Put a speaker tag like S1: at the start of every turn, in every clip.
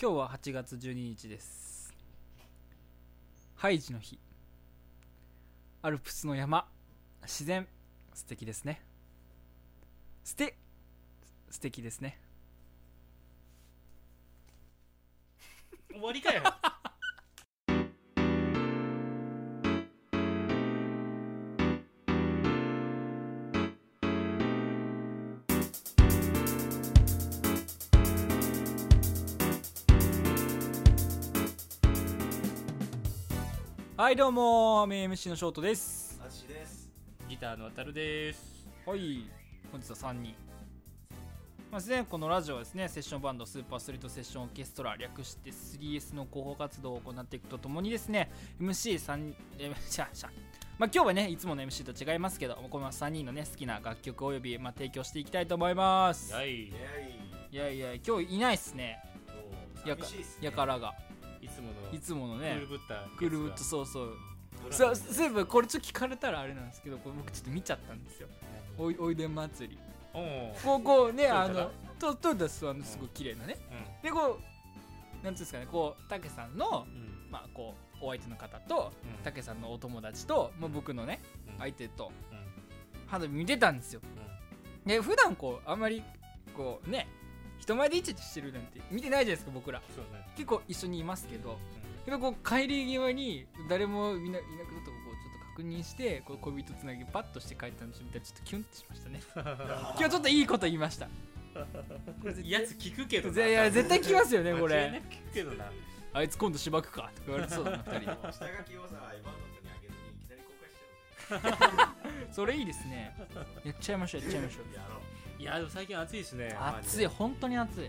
S1: 今日は8月12日ですハイジの日アルプスの山自然素敵ですねすて素敵ですね
S2: 終わりかよ
S1: はいどうもメイ MC のショートです
S3: なしです
S2: ギターの渡るです
S1: はい本日は3人まあ、すでにこのラジオはですねセッションバンドスーパーストリートセッションオーケストラ略して 3S の広報活動を行っていくとともにですね MC3 えしゃしゃまあ今日はねいつもの MC と違いますけどこの3人のね好きな楽曲およびまあ提供していきたいと思います
S2: はい
S3: イエ
S1: いやいや今日いないっすね
S3: イ
S1: やか
S3: 寂しいっすね
S1: やからが
S2: いつもの
S1: いつもの
S2: クー
S1: ね
S2: ルぶった
S1: クールウッドそうそう
S2: そ
S1: そうそういえばこれちょっと聞かれたらあれなんですけどこれ僕ちょっと見ちゃったんですよおいおいでん祭り
S2: おお
S1: こうこうね
S2: トヨタ
S1: あ
S2: だ
S1: のととだすあのすごい綺麗なねでこうなんていうんですかねこうたけさんの
S2: うんうん
S1: まあこうお相手の方と
S2: うん
S1: たけさんのお友達と、まあ、僕のね
S2: うん
S1: 相手と
S2: うん
S1: 花火見てたんですよで普段こうあんまりこうね人前でイチャイチャしてるなんて見てないじゃないですか僕ら
S2: そうね
S1: 結構一緒にいますけどけどこう帰り際に誰もみんないなくなったとこをちょっと確認してこう恋人つなぎパッとして帰ったのちょっと見たらちょっとキュンってしました ね今日ちょっといいこと言いました
S2: うんやつ聞くけど
S1: ぜいや絶対来ますよねこ
S2: 間違いな
S1: れ
S2: く聞くけどな
S1: あいつ今度しばくかとか言われそうだな2人
S3: 下書きをさ今の人にあげずにいきなり公開しち
S1: それいいですねやっちゃいましょうやっちゃいましょう
S3: ゃうやろう
S2: いやでも最近暑いですね
S1: 暑い本当に暑い
S2: う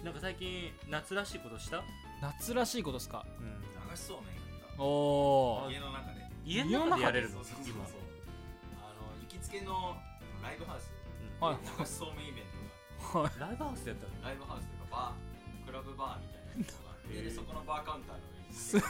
S2: んなんか最近夏らしいことした
S1: 夏らしいことですか
S3: 流しそうめんや
S1: お
S3: った
S1: お
S3: 家の中で
S2: 家の中でやれる
S3: そ
S2: の
S3: うそうそう
S2: 今
S3: そうあの行きつけのライブハウス
S2: うん
S1: はい
S3: 流しそうめんイベント
S2: ライブハウスでやったの
S3: がライブハウスというかバークラブバーみたいなのがあって
S2: へー
S3: でそこのバーカウンターの上に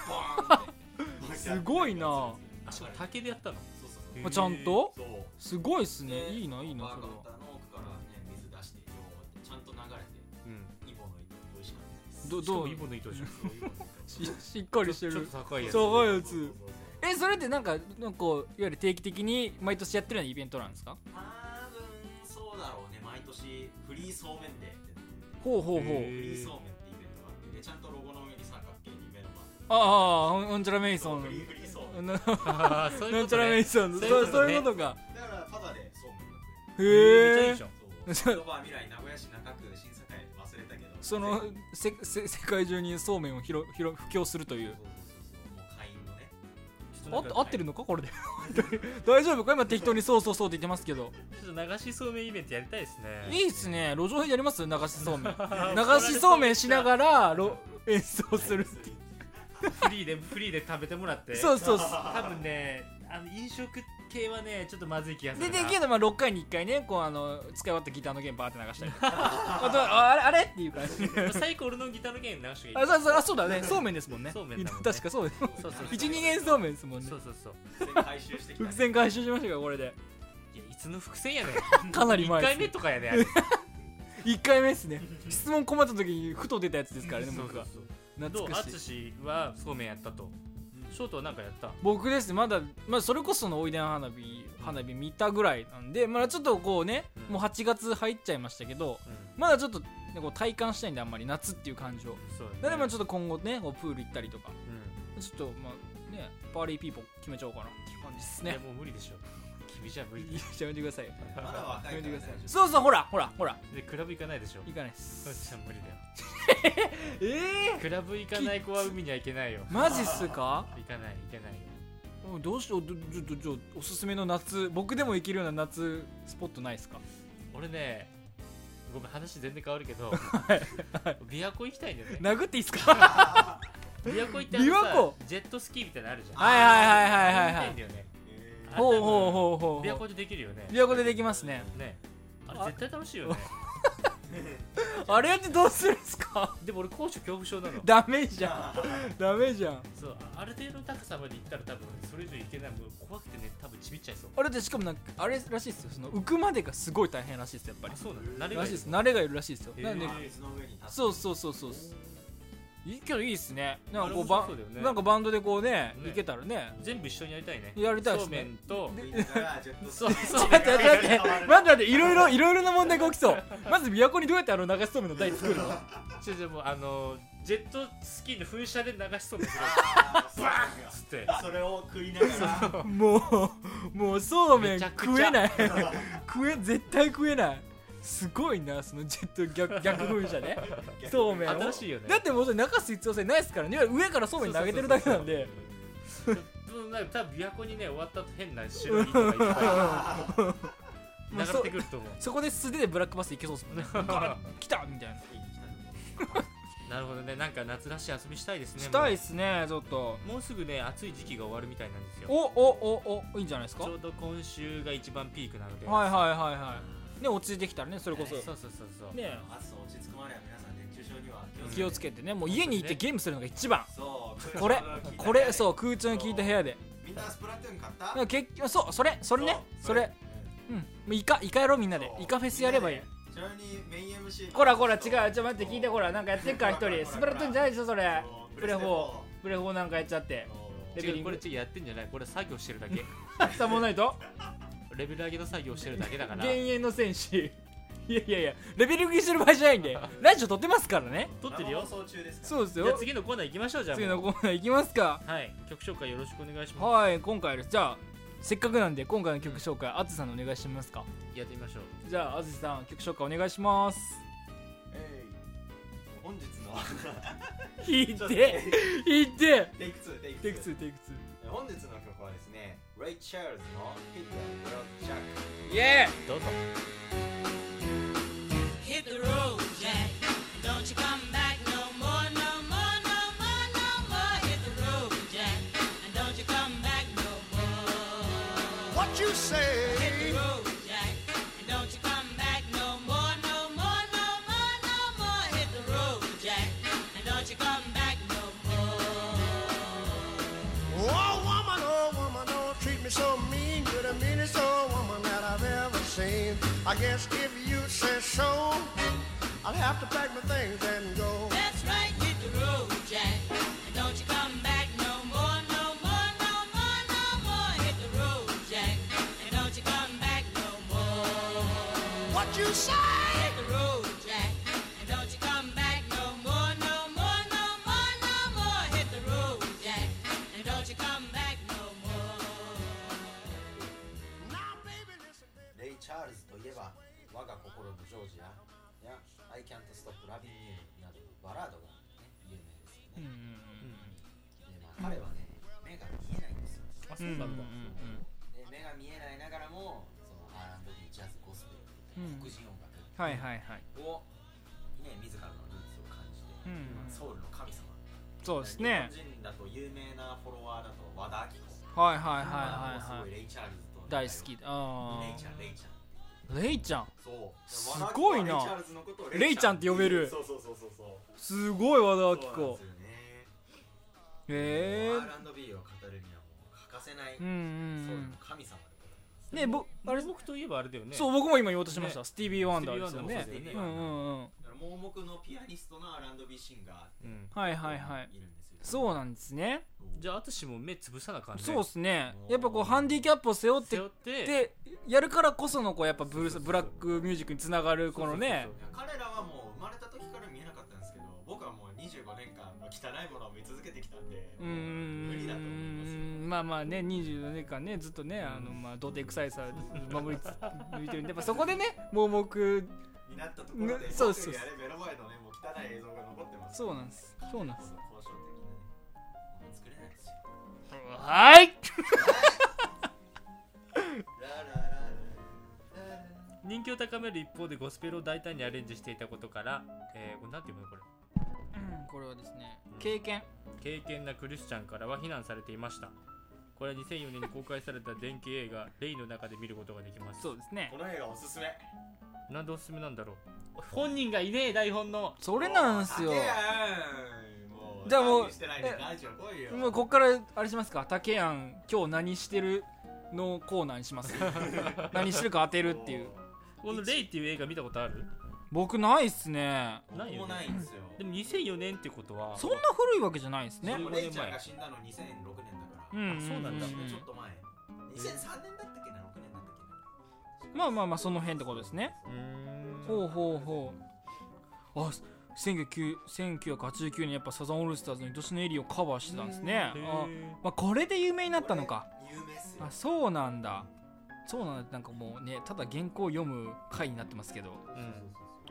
S3: ボーンって
S1: すごいな
S3: そう
S2: あし
S3: そ
S2: か
S3: う
S2: も竹でやったの
S3: そう
S2: へー
S1: ちゃんと
S3: そう
S1: すごいっすね
S3: で
S1: いいないいな
S3: バー
S1: そ
S3: カ
S1: れ
S3: ウン
S1: は
S3: ターの奥からね水出してよーってちゃんと流れて
S2: うん
S3: イボの糸美味しかったです
S1: ど
S2: しか
S1: ど
S2: も
S1: う
S2: イボの糸じゃん
S3: そう イボの糸
S1: ししっかりして
S2: ちょっ
S1: る
S2: と高いやつ
S1: そう
S3: そう
S1: 高いやつ
S3: そうそうそう
S1: えそれってなんかなんかいわゆる定期的に毎年やってるようなイベントなんですか
S3: 多分そうだろうね毎年フリーそうめんデーって
S1: ほうほうほう、
S2: へ
S3: フ
S2: ー
S3: リーそうめんってイベントがあってでちゃんとロゴの上に三角形に目のマーク
S1: ああああうんちゃらメイソ
S3: そう
S1: ン
S3: フリーフリーそうめん
S1: な
S2: あ あそうい
S1: な
S2: うん
S1: ちゃ
S2: こと
S1: らメイ
S2: ね
S1: ソン
S2: そ
S1: そう
S2: いう
S1: う
S2: ことね
S1: そういうことか
S3: だからただでそうめんが食
S1: へ
S2: めっちゃい
S1: え
S2: いじゃん
S3: え るそう言葉は未来名古屋市中区審査会忘れたけど
S1: そのせせ世界中にそうめんを広広布教するという
S3: そうそうそうそうもう会員のね
S2: ちょ
S1: あ
S2: っとなんか
S1: 合ってるのかこれで 大丈夫か今適当にそうそうそうって言ってますけど
S2: ちょっと流しそうめんイベントやりたいですね
S1: いいっすね路上でやります流しそう めん流しそうめんしながらろ 演奏する
S2: フリーでフリーで食べてもらって
S1: そううそうそ
S2: 多分ねあの飲食系はねちょっとまずい気が
S1: う
S2: する
S1: で
S2: な
S1: できるのまあ6回に1回ねこうあの使い終わったギターの弦バーって流した りあとああれあれっていう感じ
S2: 最高俺のギターの弦流していい
S1: あそうそうあそうだねそうめんですもんね
S2: そうめんだもんね
S1: 確かそうです
S2: そうそうそう
S1: 12弦そうめんですもんね
S2: そうそうそう
S3: 伏線回収してきたね
S1: 伏線回収しましたからこれで
S2: いやいつの伏線やねん
S1: かなり前
S2: 1
S1: です
S2: 回目とかやねあれ
S1: 1回目ですね質問困った時にふと出たやつですからね
S2: そう
S1: 僕
S2: そう
S1: が
S2: そうどう
S1: 懐かしい
S2: 淳はそうめんやったと
S3: うん
S2: ショートはなんかやった
S1: 僕ですねまだ、まあ、それこそのおいでん花火花火見たぐらいなんでまだちょっとこうね、
S2: うん
S1: もう8月入っちゃいましたけど
S2: うん
S1: まだちょっと、ね、こう体感したいんであんまり夏っていう感じを
S2: そうやね
S1: ででもちょっと今後ねこうプール行ったりとか
S2: うん
S1: ちょっとまあねパーリーピーポー決めちゃおうかなっていう感じです
S2: いや
S1: ね
S2: もう無理でしょ君じゃ無理
S1: いややめてくださいよ
S3: まだ若
S1: や
S3: い
S1: め
S3: か
S1: てくだ
S3: ら
S1: さい
S3: 大丈夫
S1: そうそうほらほらほら
S2: でクラブ行かないでしょ
S1: 行かないっ
S2: そう
S1: す
S2: ちゃん無理だよ
S1: ええ
S2: クラブ行かない子は海には行けないよ
S1: ー、マジっすか
S2: 行かない行けないよ
S1: おいどうしようどちょっとちょっとおすすめの夏僕でも行けるような夏スポットないですか
S2: 俺ねごめん話全然変わる けど、琵琶湖行きたいんだよね
S1: 殴っていいっす か
S2: 琵琶湖行ったらさ
S1: 琵琶湖
S2: ジェットスキーみたいなのあるじゃん
S1: はいはいはいはいは
S2: 行きたいん
S1: い
S2: だよね
S3: えー
S2: あ
S1: ほうほうほうほう
S2: 琵琶湖でできるよね
S1: 琵琶湖でできますね
S2: ねあれ
S1: あ
S2: 絶対楽しいよね
S1: あれやってどうするんすか
S2: でも俺高所恐怖症なの
S1: ダメじゃんダメじゃん
S2: そうある程度の高さまで行ったら多分それ以上行けないもう怖くてね多分ちびっちゃいそう
S1: あれってしかもなんかあれらしいっすよその浮くまでがすごい大変らしいっすよやっぱ
S2: あ
S1: り
S2: そうなの慣れが
S1: ら
S2: い
S1: しい
S2: い
S1: っす慣れがいるらしいっすよ
S2: へー
S1: なんで
S3: あ水の上に立つ
S1: そうそうそうそうっすいいけどいいっすねなんかこう
S2: あ
S1: バ
S2: れ面白そうだよね
S1: ンなんかバンドでこうね
S2: ね
S1: いけたらね
S2: 全部一緒にやりたいね
S1: やりたいっ
S2: そう
S1: す
S2: め
S1: ね
S2: んと
S1: で
S3: だからジェットストリーム
S2: そうそう
S1: 待って待って待って待って待っていろいろいろいろな問題が起きそうまず琵琶湖にどうやってあの流しそうめんの台作るの
S2: ちょちょもうあのジェットスキーの噴射で流しそうめんする
S3: あーそう
S2: バ
S3: な
S2: ーンっつって
S3: んだそれを食いながら
S1: もうもうそうめん
S2: めちゃくちゃ
S1: 食えない食え絶対食えないすごいなそのジェット逆逆噴射ねそうめんを
S2: 新しいよね
S1: だってもうそれ中す必要性ないですからね上からそうめん投げてるだけなんで
S2: そうそうそうそううんなんか多分琵琶湖にね終わった後変な白いとかいっぱい流れてくると思う
S1: そこで素手でブラックバスいけそうですもんねあ来たみたいな
S2: なるほどねなんか夏らしい遊びしたいですね
S1: したいっすねちょっと
S2: もうもうすぐね暑い時期が終わるみたいなんですよ
S1: おおおおいいんじゃないですか
S2: ち
S1: はい
S2: ょうど今週が一番ピークなので
S1: はいはいはいね落ち着いてきたらねそれこそ
S2: ねそうそうそうそう
S1: ね
S3: 暑さ落ち着くまでは皆さん熱中症には
S1: 気をつけてねもう家にいてゲームするのが一番
S3: そう
S1: これこれ
S3: う
S1: そう空調の効いた部屋で
S3: みんなスプラトゥーン買っ
S1: だ
S3: た
S1: から結局そうそれそれねそ
S3: そう
S1: れうんもうイカイカやろうみんなで
S3: そう
S1: イカフェスやればいい
S3: みんなでちなみにメイン MC
S1: こらこら違うちょっと待って聞いてこ
S3: ら
S1: らなんかやってっから一 人スプラトゥーンじゃないでしょそれプレフォープレフォーなんかやっちゃってレベリ
S2: 違
S1: ン
S2: う
S1: グ
S2: これちょっとやってんじゃないこれ作業してるだけ
S1: さもないと
S2: レベル上げの作業してるだけだから
S1: 減塩の戦士 いやいやいやレベル上げしてる場合じゃないん でラジオ撮ってますからね
S2: 撮ってるよ
S3: 生放送中ですから
S1: そうです
S2: じゃあ
S1: よ
S2: 次のコーナー行きましょうじゃあもう
S1: 次のコーナーいきますか
S2: はい曲紹介よろしくお願いしま
S1: はい今回はですじゃあせっかくなんで今回の曲紹介あつさんのお願いしてみますか
S2: すやってみましょう
S1: じゃああつさん曲紹介お願いし ます
S3: えい本日の
S1: 引い
S3: ちょっと
S1: て引いて
S3: テイク2テイク2
S1: テイク2テイク
S3: 本日の曲はですねレイ・チャールズの「ヒット・ブロック・ジャッ
S1: 2
S3: ク
S1: イエ
S2: どうぞ
S4: Hit the road, Jack. Don't you come back no more, no more, no more, no more. Hit the road, Jack. And don't you come back no more.
S5: What you say?
S4: Hit the road, Jack. And don't you come back no more, no more, no more, no more. Hit the road, Jack. And don't you come back no more.
S5: Oh woman, oh woman, don't treat me so mean. You're the meanest old woman that I've ever seen. I guess if you say so, I'll have to pack my things and go.
S4: That's right, hit the road, Jack. And don't you come back no more, no more, no more, no more. Hit the road, Jack. And don't you come back no more.
S5: What you say?
S4: Hit the road, Jack. And don't you come back no more, no more, no more, no more. Hit the road, Jack. And don't you come back no more.
S5: Now, baby, listen, baby.」
S3: レイ・チャールズといえば「我が心のジョージア」や「I can't stop loving you」などバラードが、ね、有名ですよ
S1: ー
S2: う
S3: ね、でまあ、彼はね目が見えないんですよ
S2: あそうなんだ
S3: で目が見えないながらもその R&B ジャズゴスペル
S1: うん
S3: 黒人音楽
S1: はいはいはい
S3: を、ね、自らのルーツを感じて、
S1: うん
S3: まあソウルの神様
S1: そうですね
S3: 日本人だと有名なフォロワーだと和田アキ子
S1: はいはいはいはいは
S3: もうすごい
S1: い
S3: レイ・チャールズと
S1: 大好きあ
S3: レイちゃんレイちゃん
S1: ーレイちゃん
S3: そう
S1: すごいな
S3: 和田アキ子はレイチャールズのことを
S1: レイちゃんって呼べる
S3: そうそうそうそうそう
S1: すごい和田アキ
S3: そう
S1: 子
S3: なんですよね
S1: へえ
S3: R&B を語るにはもう欠かせない、
S1: うんうん
S3: そうういうんの神様でございます
S1: ねぼあれ
S2: 僕といえばあれだよね
S1: そう僕も今言おうとしましたスティービー・ワンダーですよ
S2: ス
S1: ね
S2: ティービー
S1: う
S2: ワ
S1: ん
S2: ン
S1: うんうん
S3: だから盲目のピアニストの R&B シンガー
S2: うん
S1: はいはいはい
S3: いるんですよ
S1: そうなんですね
S2: じゃあ私も目つぶさな感じ
S1: そうっすねやっぱこうハンディキャップを背負って
S2: 背負って
S1: でやるからこそのこうやっぱブルースブラックミュージックにつながるこのね
S2: そうそうそう
S3: 彼らはもう生まれた時から見えなかったんですけど僕はもう25年間汚いものを見続けてきたんで
S1: うー
S3: 無理だと思いますよ
S1: んまあまあね24年間ねずっとねあのまあ土手臭いさ守りつ抜いてるんでやっぱそこでね盲目
S3: になったところ
S1: ね
S3: で
S1: そう
S3: 僕
S1: そうそう
S3: よりあれ目の前のねもう汚い映像が残ってます
S1: そうなんですそうなんです
S3: 交渉的なねもう作れないですよ
S1: はい
S3: ララララララ
S2: 人気を高める一方でゴスペルを大胆にアレンジしていたことから、えー、これなんていうのこれ
S1: これはですね経験
S2: 敬虔なクリスチャンからは非難されていましたこれは2004年に公開された電気映画「レイ」の中で見ることができます
S1: そうですね
S3: この映画おすすめ
S2: なんでおすすめなんだろう本人がいねえ台本の
S1: それなんすよ
S3: 竹やんもう
S1: じゃあもう
S3: 何してないでラジオ来いよ
S1: もうこっからあれしますか竹やん今日何してるのコーナーにします何してるか当てるっていう
S2: この「レイ」っていう映画見たことある
S1: 僕ないっすね
S2: ないよ
S3: も
S2: ね
S3: ないんですよ
S2: でも2004年ってことは
S1: そんな古いわけじゃないですね
S2: そう
S3: お姉ちゃんが死んだの2006年だから、
S1: うん
S2: あそうなんだ
S3: ちょっと前2003年だったっけな6年だったっけな
S1: まあまあまあその辺ってことですね
S2: うーん
S1: ほうほうほうあ1909 1989年やっぱサザンオールスターズの愛しのエリーをカバーしてたんですね
S2: へ
S1: あ
S2: ー
S1: まあこれで有名になったのか
S3: これ有名っすよ
S1: あそうなんだそうなんだなんかもうねただ原稿を読む回になってますけど
S2: うん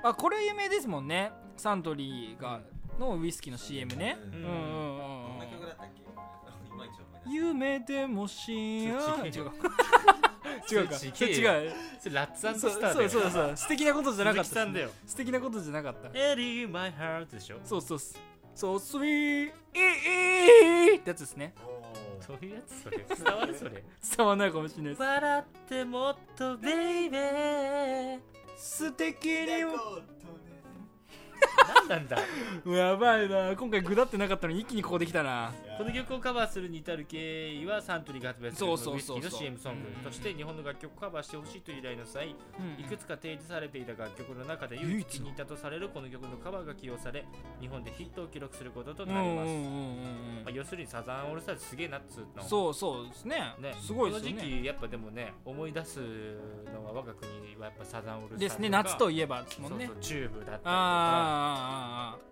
S1: あこれ有名ですもんねサントリーがのウイスキーの CM ね
S3: う
S1: うんんうんうん
S3: どん
S1: う
S3: なん曲だったっけ いまいち思い出せない
S1: 夢でもしや
S2: 違う
S1: 違う違うか
S2: そ
S1: それ
S2: れ違う
S1: 違う
S2: それラッツス
S1: そう
S2: ターだ
S1: そう
S2: よ
S1: そうそう素敵なことじゃなかっ
S2: 鈴木
S1: た
S2: さんだよ
S1: 素敵なことじゃなかった
S2: エリーマイハートでしょ
S1: そうそうそうそうスイーイイイってやつですね
S3: おー
S2: そういうやつそれ伝わるそれ
S1: 伝わらないかもしれないで
S2: 笑ってもっとベイベー
S1: す素敵にも
S2: 何なんだ
S1: やばいな今回グダってなかったのに一気にここできたな
S2: この曲をカバーするに至る経緯はサントリーが発売する
S1: そ
S2: ウ
S1: う
S2: イスキ
S1: そうそうそう
S2: ーの CM ソング
S1: うん
S2: として日本の楽曲をカバーしてほしいという依頼の際いくつか提示されていた楽曲の中で唯一気に入ったとされるこの曲のカバーが起用され日本でヒットを記録することと
S1: うんう
S2: なり
S1: んうん
S2: ま
S1: う
S2: す、
S1: んうん
S2: まあ、要するにサザンオールスターズすげえなっつうの
S1: そうそうですね
S2: ね、
S1: すごいですよ
S2: この
S1: ね
S2: 時期やっぱでもね思い出すのは我が国はやっぱサザンオールスターズ
S1: ですね
S2: とか
S1: 夏といえばですもんね
S2: そうそうチューブだったりと
S1: あー
S2: か
S1: あーあーあーあー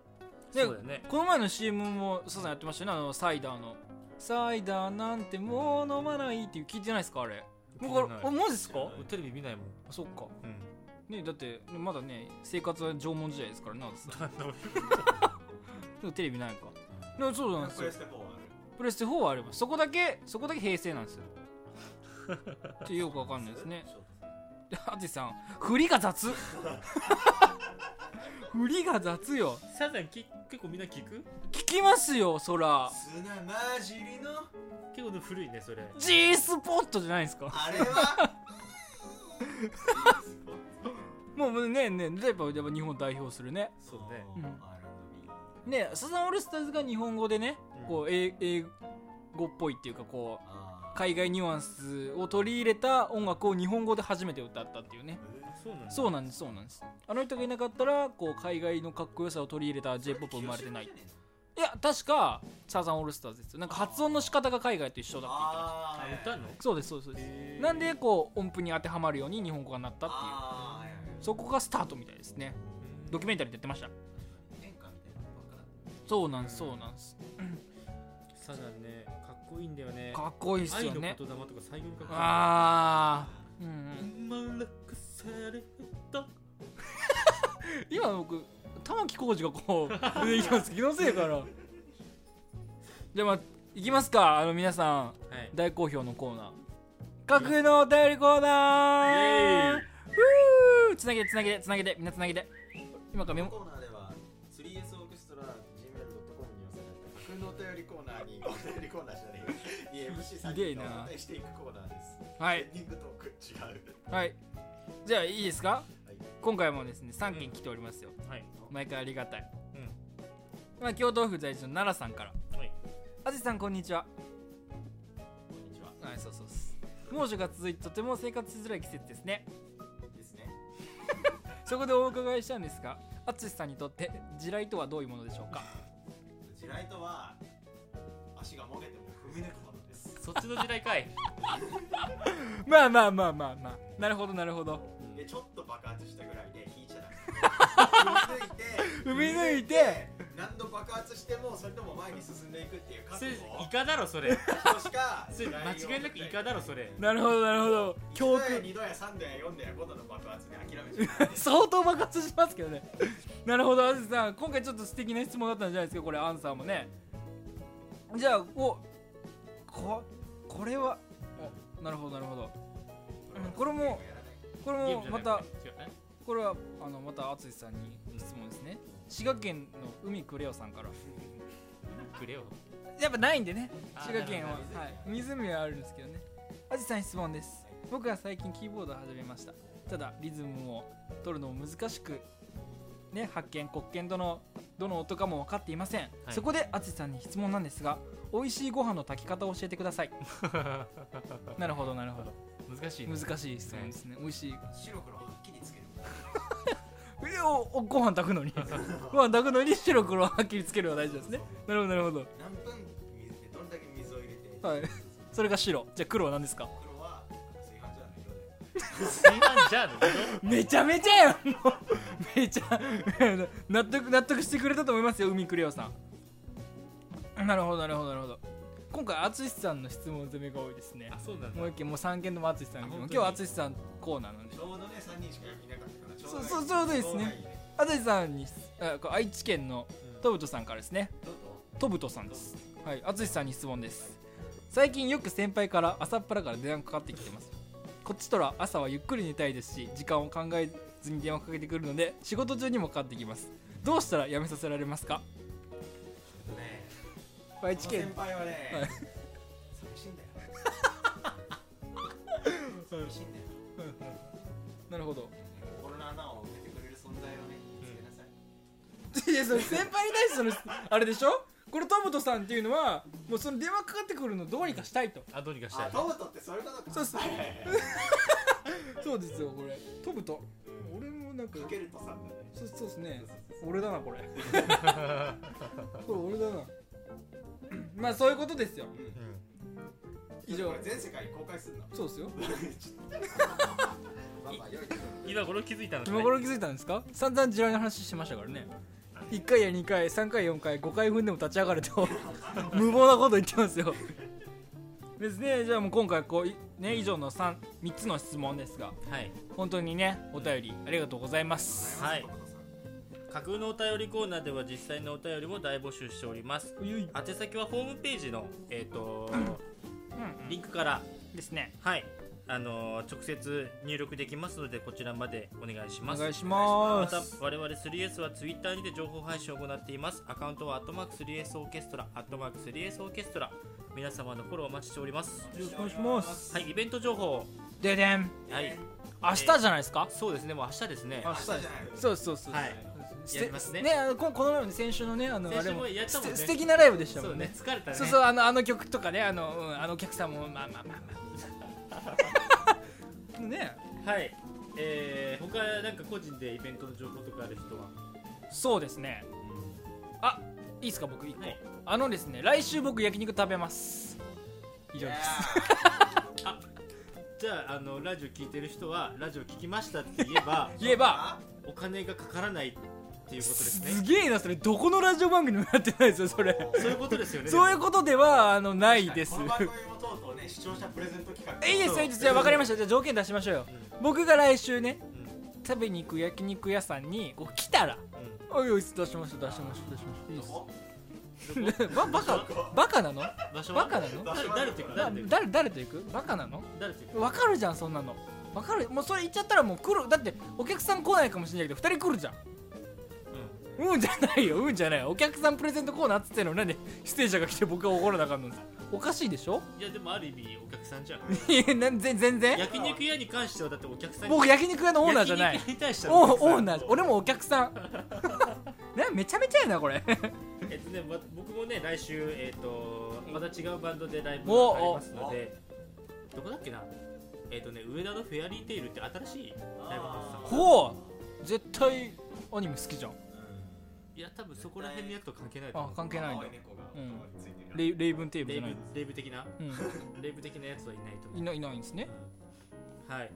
S2: そうだよね
S1: この前の CM もサザンやってましたよねあのサイダーのサイダーなんてもう飲まないっていう聞いてないですかあれもうこれあ
S2: 聞いてない
S1: マジですか
S2: テレビ見ないもん、
S1: あそっか
S2: うん、
S1: ねだってまだね生活は縄文時代ですから な私でもテレビないかでもそうなんです
S3: プレ
S1: よ
S3: ステ4は
S1: プレステ4はあればそこだけそこだけ平成なんですよってよくわかんないですねでアテさん振りが雑振りが雑よ
S2: サザンき結構みんな聞く
S1: 聞きますよそら
S3: 砂混じりの
S2: 結構ね古いねそれ
S1: G スポットじゃないですか
S3: あれは
S1: もうねねやっぱやっぱ日本代表するね
S2: そうね
S1: うん
S3: R&B
S1: ねサザンオールスターズが日本語でね、
S2: うん
S1: こう英英語っぽいっていうかこう
S3: あー
S1: 海外ニュアンスを取り入れた音楽を日本語で初めて歌ったっていうね
S2: そうなんだ
S1: そうなんですそうなんですあの人がいなかったらこう海外のかっこよさを取り入れた j p o p 生まれてないいや確かサザンオールスターズですよなんか発音の仕方が海外と一緒だって言ってまし
S3: あ
S2: あ
S3: ー
S2: 歌うの
S1: たそうですそうですそうですなんでこう音符に当てはまるように日本語がなったっていう
S3: あーはいはいはい
S1: そこがスタートみたいですねドキュメンタリーでやってました
S3: 演歌みたいなのばっかだ
S1: そうなんですそうなんです
S2: サザンねかっこいいんだよね
S1: かっこいいっす
S2: 愛
S1: よ
S2: の言霊
S1: ね
S2: とか最強にかっこいい
S1: あーうんうん
S2: 生まれくされた
S1: 今僕玉置浩二がこう出てきます気のせいからじゃあまあいきますかあの皆さん
S2: はい
S1: 大好評のコーナー架空のお便りコーナー
S2: イエーイ
S1: ふーつなげてつなげてつなげてみんなつなげて今からメモ
S3: このコーナーでは 3S オーケストラ gmail.com に寄せ られた架空のお便りコーナーにお便りコーナーじゃねえよに MC さん
S1: ひでえ
S3: に
S1: な
S3: お答えしていくコーナーです
S1: はい
S3: エンディングトーク違う
S1: はいじゃあいいですか
S3: はい
S1: 今回もですね3件来ておりますよ、
S2: はい
S1: 毎回ありがたい、
S2: うん
S1: まあ、京都府在住の奈良さんから
S2: はい
S1: あじさんこんにちは
S3: こんにちは
S1: はいそうそうです猛暑が続いてとても生活しづらい季節ですね
S3: ですね
S1: そこでお伺いしたんですがあつしさんにとって地雷とはどういうものでしょうか
S3: 地雷とは足がもげても踏み抜くものです
S2: そっちの時代か い
S1: まあまあまあまあまあなるほどなるほど
S3: でちょっと爆発したぐらいで引いちゃダメ
S1: 踏 み
S3: 踏み
S1: 抜
S3: 抜
S1: い
S3: いて
S1: て
S3: 何度爆発してもそれとも前に進んでいくっていう
S2: そ
S3: 覚
S2: れ
S3: 悟
S2: イカだろ それ
S3: 人しか
S2: それ間違いなくイカだろそれ
S1: なるほどなるほど教
S3: 教訓
S1: 訓
S3: 2度や3度や4度や5度の爆発で諦めちゃう
S1: 相当爆発しますけどねなるほどあずさん今回ちょっと素敵な質問だったんじゃないですかこれアンサーもねじゃあおここれはおなるほどなるほどうんこれもこれもまた
S2: ゲームじゃない
S1: これはあのまた淳さんに質問ですね滋賀県の海クレオさんから
S2: くれよ
S1: やっぱないんでね
S2: あー
S1: 滋賀県は、
S2: な
S1: は
S2: る
S1: い、湖はあるんですけどねあじさん質問です僕は最近キーボードを始めましたただリズムを取るのも難しくね発見国権どのどの音かも分かっていません、
S2: はい
S1: そこであじさんに質問なんですが美味しいご飯の炊き方を教えてくださ いなるほどなるほど
S2: 難しいね
S1: 難しい質問ですね、美味しい
S3: 白黒はっきりつける
S1: えおおご飯炊く のにご飯炊くのに白黒をはっきりつけるのが大事ですねなるほどなるほど
S3: 何分水でどれだけ水を入れて、
S1: はいそれが白じゃあ黒は何ですか
S3: 黒は炊飯ジャーの
S2: 炊飯ジャー
S3: 色で
S2: の色
S1: めちゃめちゃやんもうめちゃ 納得納得してくれたと思いますよ海クレオさんなるほどなるほどなるほど今回淳さんの質問攻めが多いですね
S2: あそうなんだ
S1: もう一件もう3件とも淳さんの
S2: あ
S1: 今
S2: 本当に
S1: 日は淳さんコーナーなんで
S3: ちょうどね3人しかいなかったからちょう
S1: そ
S3: ど
S1: う
S3: いい
S1: そうちょうどいいですね淳さんにあこれ愛知県のトブトさんからですね
S3: ちょうどいいど
S1: トブトさんですはい淳さんに質問です最近よく先輩から朝っぱらから電話かかってきてますこっちとら朝はゆっくり寝たいですし時間を考えずに電話かけてくるので仕事中にもかかってきますどうしたらやめさせられますか
S3: うね
S1: 愛
S3: こ
S1: 知
S3: の
S1: 県
S3: 先輩はね
S1: はい
S3: 寂しいんだよ寂しいんだよ
S1: なるほど
S3: 心の穴を埋めてくれる存在をね見つけなさい
S1: いやその先輩に対してそのあれでしょこれトブトさんっていうのはもうその電話かかってくるのどうにかしたいと
S2: あどうにかした
S3: あ
S2: い
S3: トムトってそういうことか
S1: そうっす
S3: はいはいはい
S1: そうですよこれトブト俺もなんか
S3: かけるとさんだね
S1: そうそうですね俺だな これこれ俺だなまあそういうことですよ
S2: うん
S1: 以上
S3: これ全世界に公開するの
S1: そうですよ
S3: まあまあ良いけど
S2: 今頃気づいたの
S1: 今頃気づいたんですか散々地雷の話してましたからね1回や2回3回4回5回踏んでも立ち上がると 無謀なこと言ってますよですねじゃあもう今回こういね以上の 3, 3つの質問ですが
S2: はい
S1: 本当にねお便りありがとうございます
S2: はい架空のお便りコーナーでは実際のお便りも大募集しております
S1: ういうい
S2: 宛先はホームページのえっ、と
S1: うん
S2: リンクから
S1: ですね
S2: はいあのー直接入力できますのでこちらまでお願いし
S1: お
S2: ます
S1: 願いしま
S2: ますた我々 3S は Twitter にて情報配信を行っていますアカウントはアットマーク 3S オーケストラアットマーク 3S オーケストラ皆様のフォローお待ちしております
S1: よろしくお願いします
S2: はいイベント情報
S1: ででん
S2: はい
S1: 明日じゃないですか
S2: そうですねもう明日ですね
S1: 明
S3: 明日じゃない
S1: そうそうそうそう、
S2: はい
S1: せ
S2: やりますね
S1: ねあのここの前も先週のねあの
S2: 先
S1: あれ
S2: 週も
S1: も
S2: やったもんね
S1: す素敵なライブでした
S2: そ
S1: も
S2: うん
S1: ね
S2: ね疲れたね
S1: そうそうあのあの曲とかねあの,、うん、あのお客さんもまあまあまあまあ ね
S2: はいえー、他なんか個人でイベントの情報とかある人は
S1: そうですねあいいですか僕一個、
S2: はい
S1: あのですね来週僕焼肉食べます以上です
S2: じゃああのラジオ聞いてる人はラジオ聞きましたって言えば
S1: 言えば
S2: お金がかからないっていうことです
S1: す
S2: ね
S1: げえなそれどこのラジオ番組にもなってないですよそれ
S2: そういうことですよね
S1: そういうことではあのない
S3: い
S1: です
S3: この番組もとうとうね視聴者プレゼント企画
S1: えいいですいいですじゃあ分かりましたじゃあ条件出しましょうよ、僕が来週ね食べに行く焼肉屋さんにこう来たら
S2: うん、うん
S1: 「おいおい出しました出しました出しました」いい
S3: ど
S1: です
S3: こ
S1: ババカバカなの
S2: 場所は
S1: バカなの
S2: 誰誰と行く
S1: な
S2: 誰と行く
S1: 誰誰と行くバカなの
S2: 誰と行く
S1: わかるじゃんそんなのわかるもうそれ言っちゃったらもう来るだってお客さん来ないかもしれないけど2人来るじゃんうんじゃないようんじゃないよお客さんプレゼントコーナーっつってんのになんで出演者が来て僕が怒らなあかんのですおかしいでしょ
S2: いやでもある意味お客さんじゃん
S1: いやなん全全然
S2: 焼肉屋に関してはだってお客さん
S1: 僕焼肉屋のオーナーじゃない
S2: 焼肉屋に対しては
S1: お
S2: お客さん
S1: オーナー俺もお客さんなめちゃめちゃやなこれ
S2: えっとね、ま、僕もね来週えっ、とまた違うバンドでライブ
S1: お
S2: がありますのでどこだっけなえっ、とね上田のフェアリーテイルって新しいライブハウスさん
S1: ほう絶対アニメ好きじゃん
S2: いや多分そこら辺のやつと関係ないと
S1: あ
S2: 思う
S1: 関係ないんだ
S3: 青い猫がついてる
S1: レイレイブンテーブ
S2: レ
S1: ル
S2: イ
S1: じゃ
S2: ブ
S1: ない
S2: レイブ的な
S1: う
S2: レイブ的なやつはいないと
S1: んい
S2: 思う
S1: ないいないんですね
S2: はい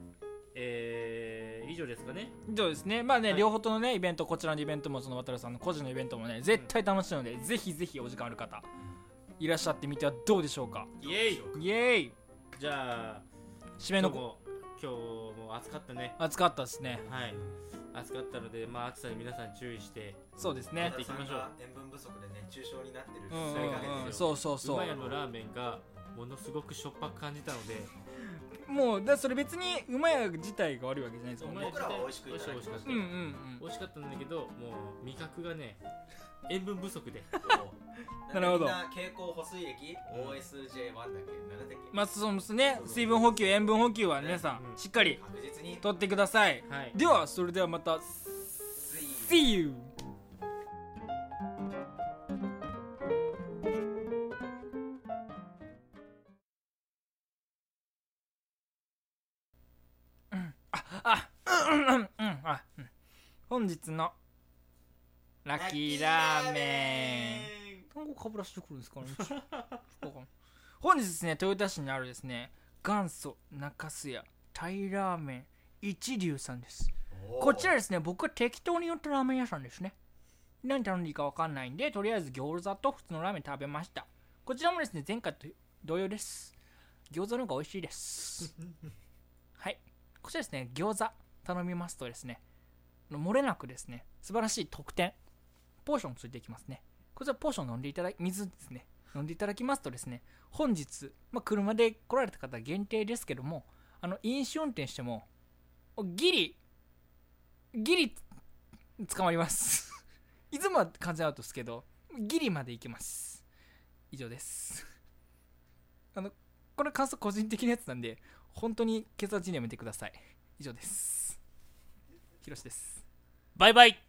S2: えー、以上ですかね
S1: そうですねまあね、
S2: はい
S1: 両方とのねイベントこちらのイベントもその渡さんの個人のイベントもね絶対楽しいので、ぜひぜひお時間ある方いらっしゃってみてはどうでしょうか
S2: イエイ
S1: イエーイ
S2: じゃあ
S1: 締め
S2: 今
S1: の
S2: 日
S1: こ
S2: も今日も暑かったね
S1: 暑かったですね
S2: はい暑かったのでまあ暑さに皆さん注意して
S1: そうです
S3: や
S1: ね
S2: っ、ていきましょう
S3: 塩分不足で熱中症になってる
S1: う
S3: そ
S1: んう
S3: れが
S1: ん
S3: ね
S1: うん、そうそうそう
S2: 馬屋のラーメンがものすごくしょっぱく感じたので
S1: もうだそれ別に馬屋自体が悪いわけじゃないですもんね
S3: 僕らは美味しくい
S2: 美味
S3: ただきま
S2: しか
S3: し
S2: った
S1: うんうんうん
S2: 美味しかったんだけどもう味覚がね塩分不足で
S1: なるほど
S3: みんな蛍光補水液 OSJ1 だっけなんだっけ
S1: まあそうですね水分補給塩分補給は皆さんしっかり
S3: 確実に
S1: とってください
S2: はい
S1: ではそれではまた
S3: 水
S1: See you! Mm. Ah, ah, mm, mm, mm, ah, mm. 本本日のラッキーラーメンなんかかぶらしてくるんですかねちょっとわかんない本日ですね豊田市にあるですね元祖中洲屋タイラーメン一流さんです
S3: おー
S1: こちらですね僕は適当に寄ったラーメン屋さんですね何頼んでいいか分かんないんでとりあえず餃子と普通のラーメン食べましたこちらもですね前回と同様です餃子の方が美味しいですはいこちらですね餃子頼みますとですね漏れなくですね素晴らしい特典ポーションついてきますねこちらポーション飲んでいただき水ですね飲んでいただきますとですね本日、まあ、車で来られた方限定ですけどもあの飲酒運転してもギリギリ捕まります いつもは完全アウトですけどギリまでいけます以上です あのこれ感想個人的なやつなんで本当に血圧にはやめてください以上ですひろしです
S2: バイバイ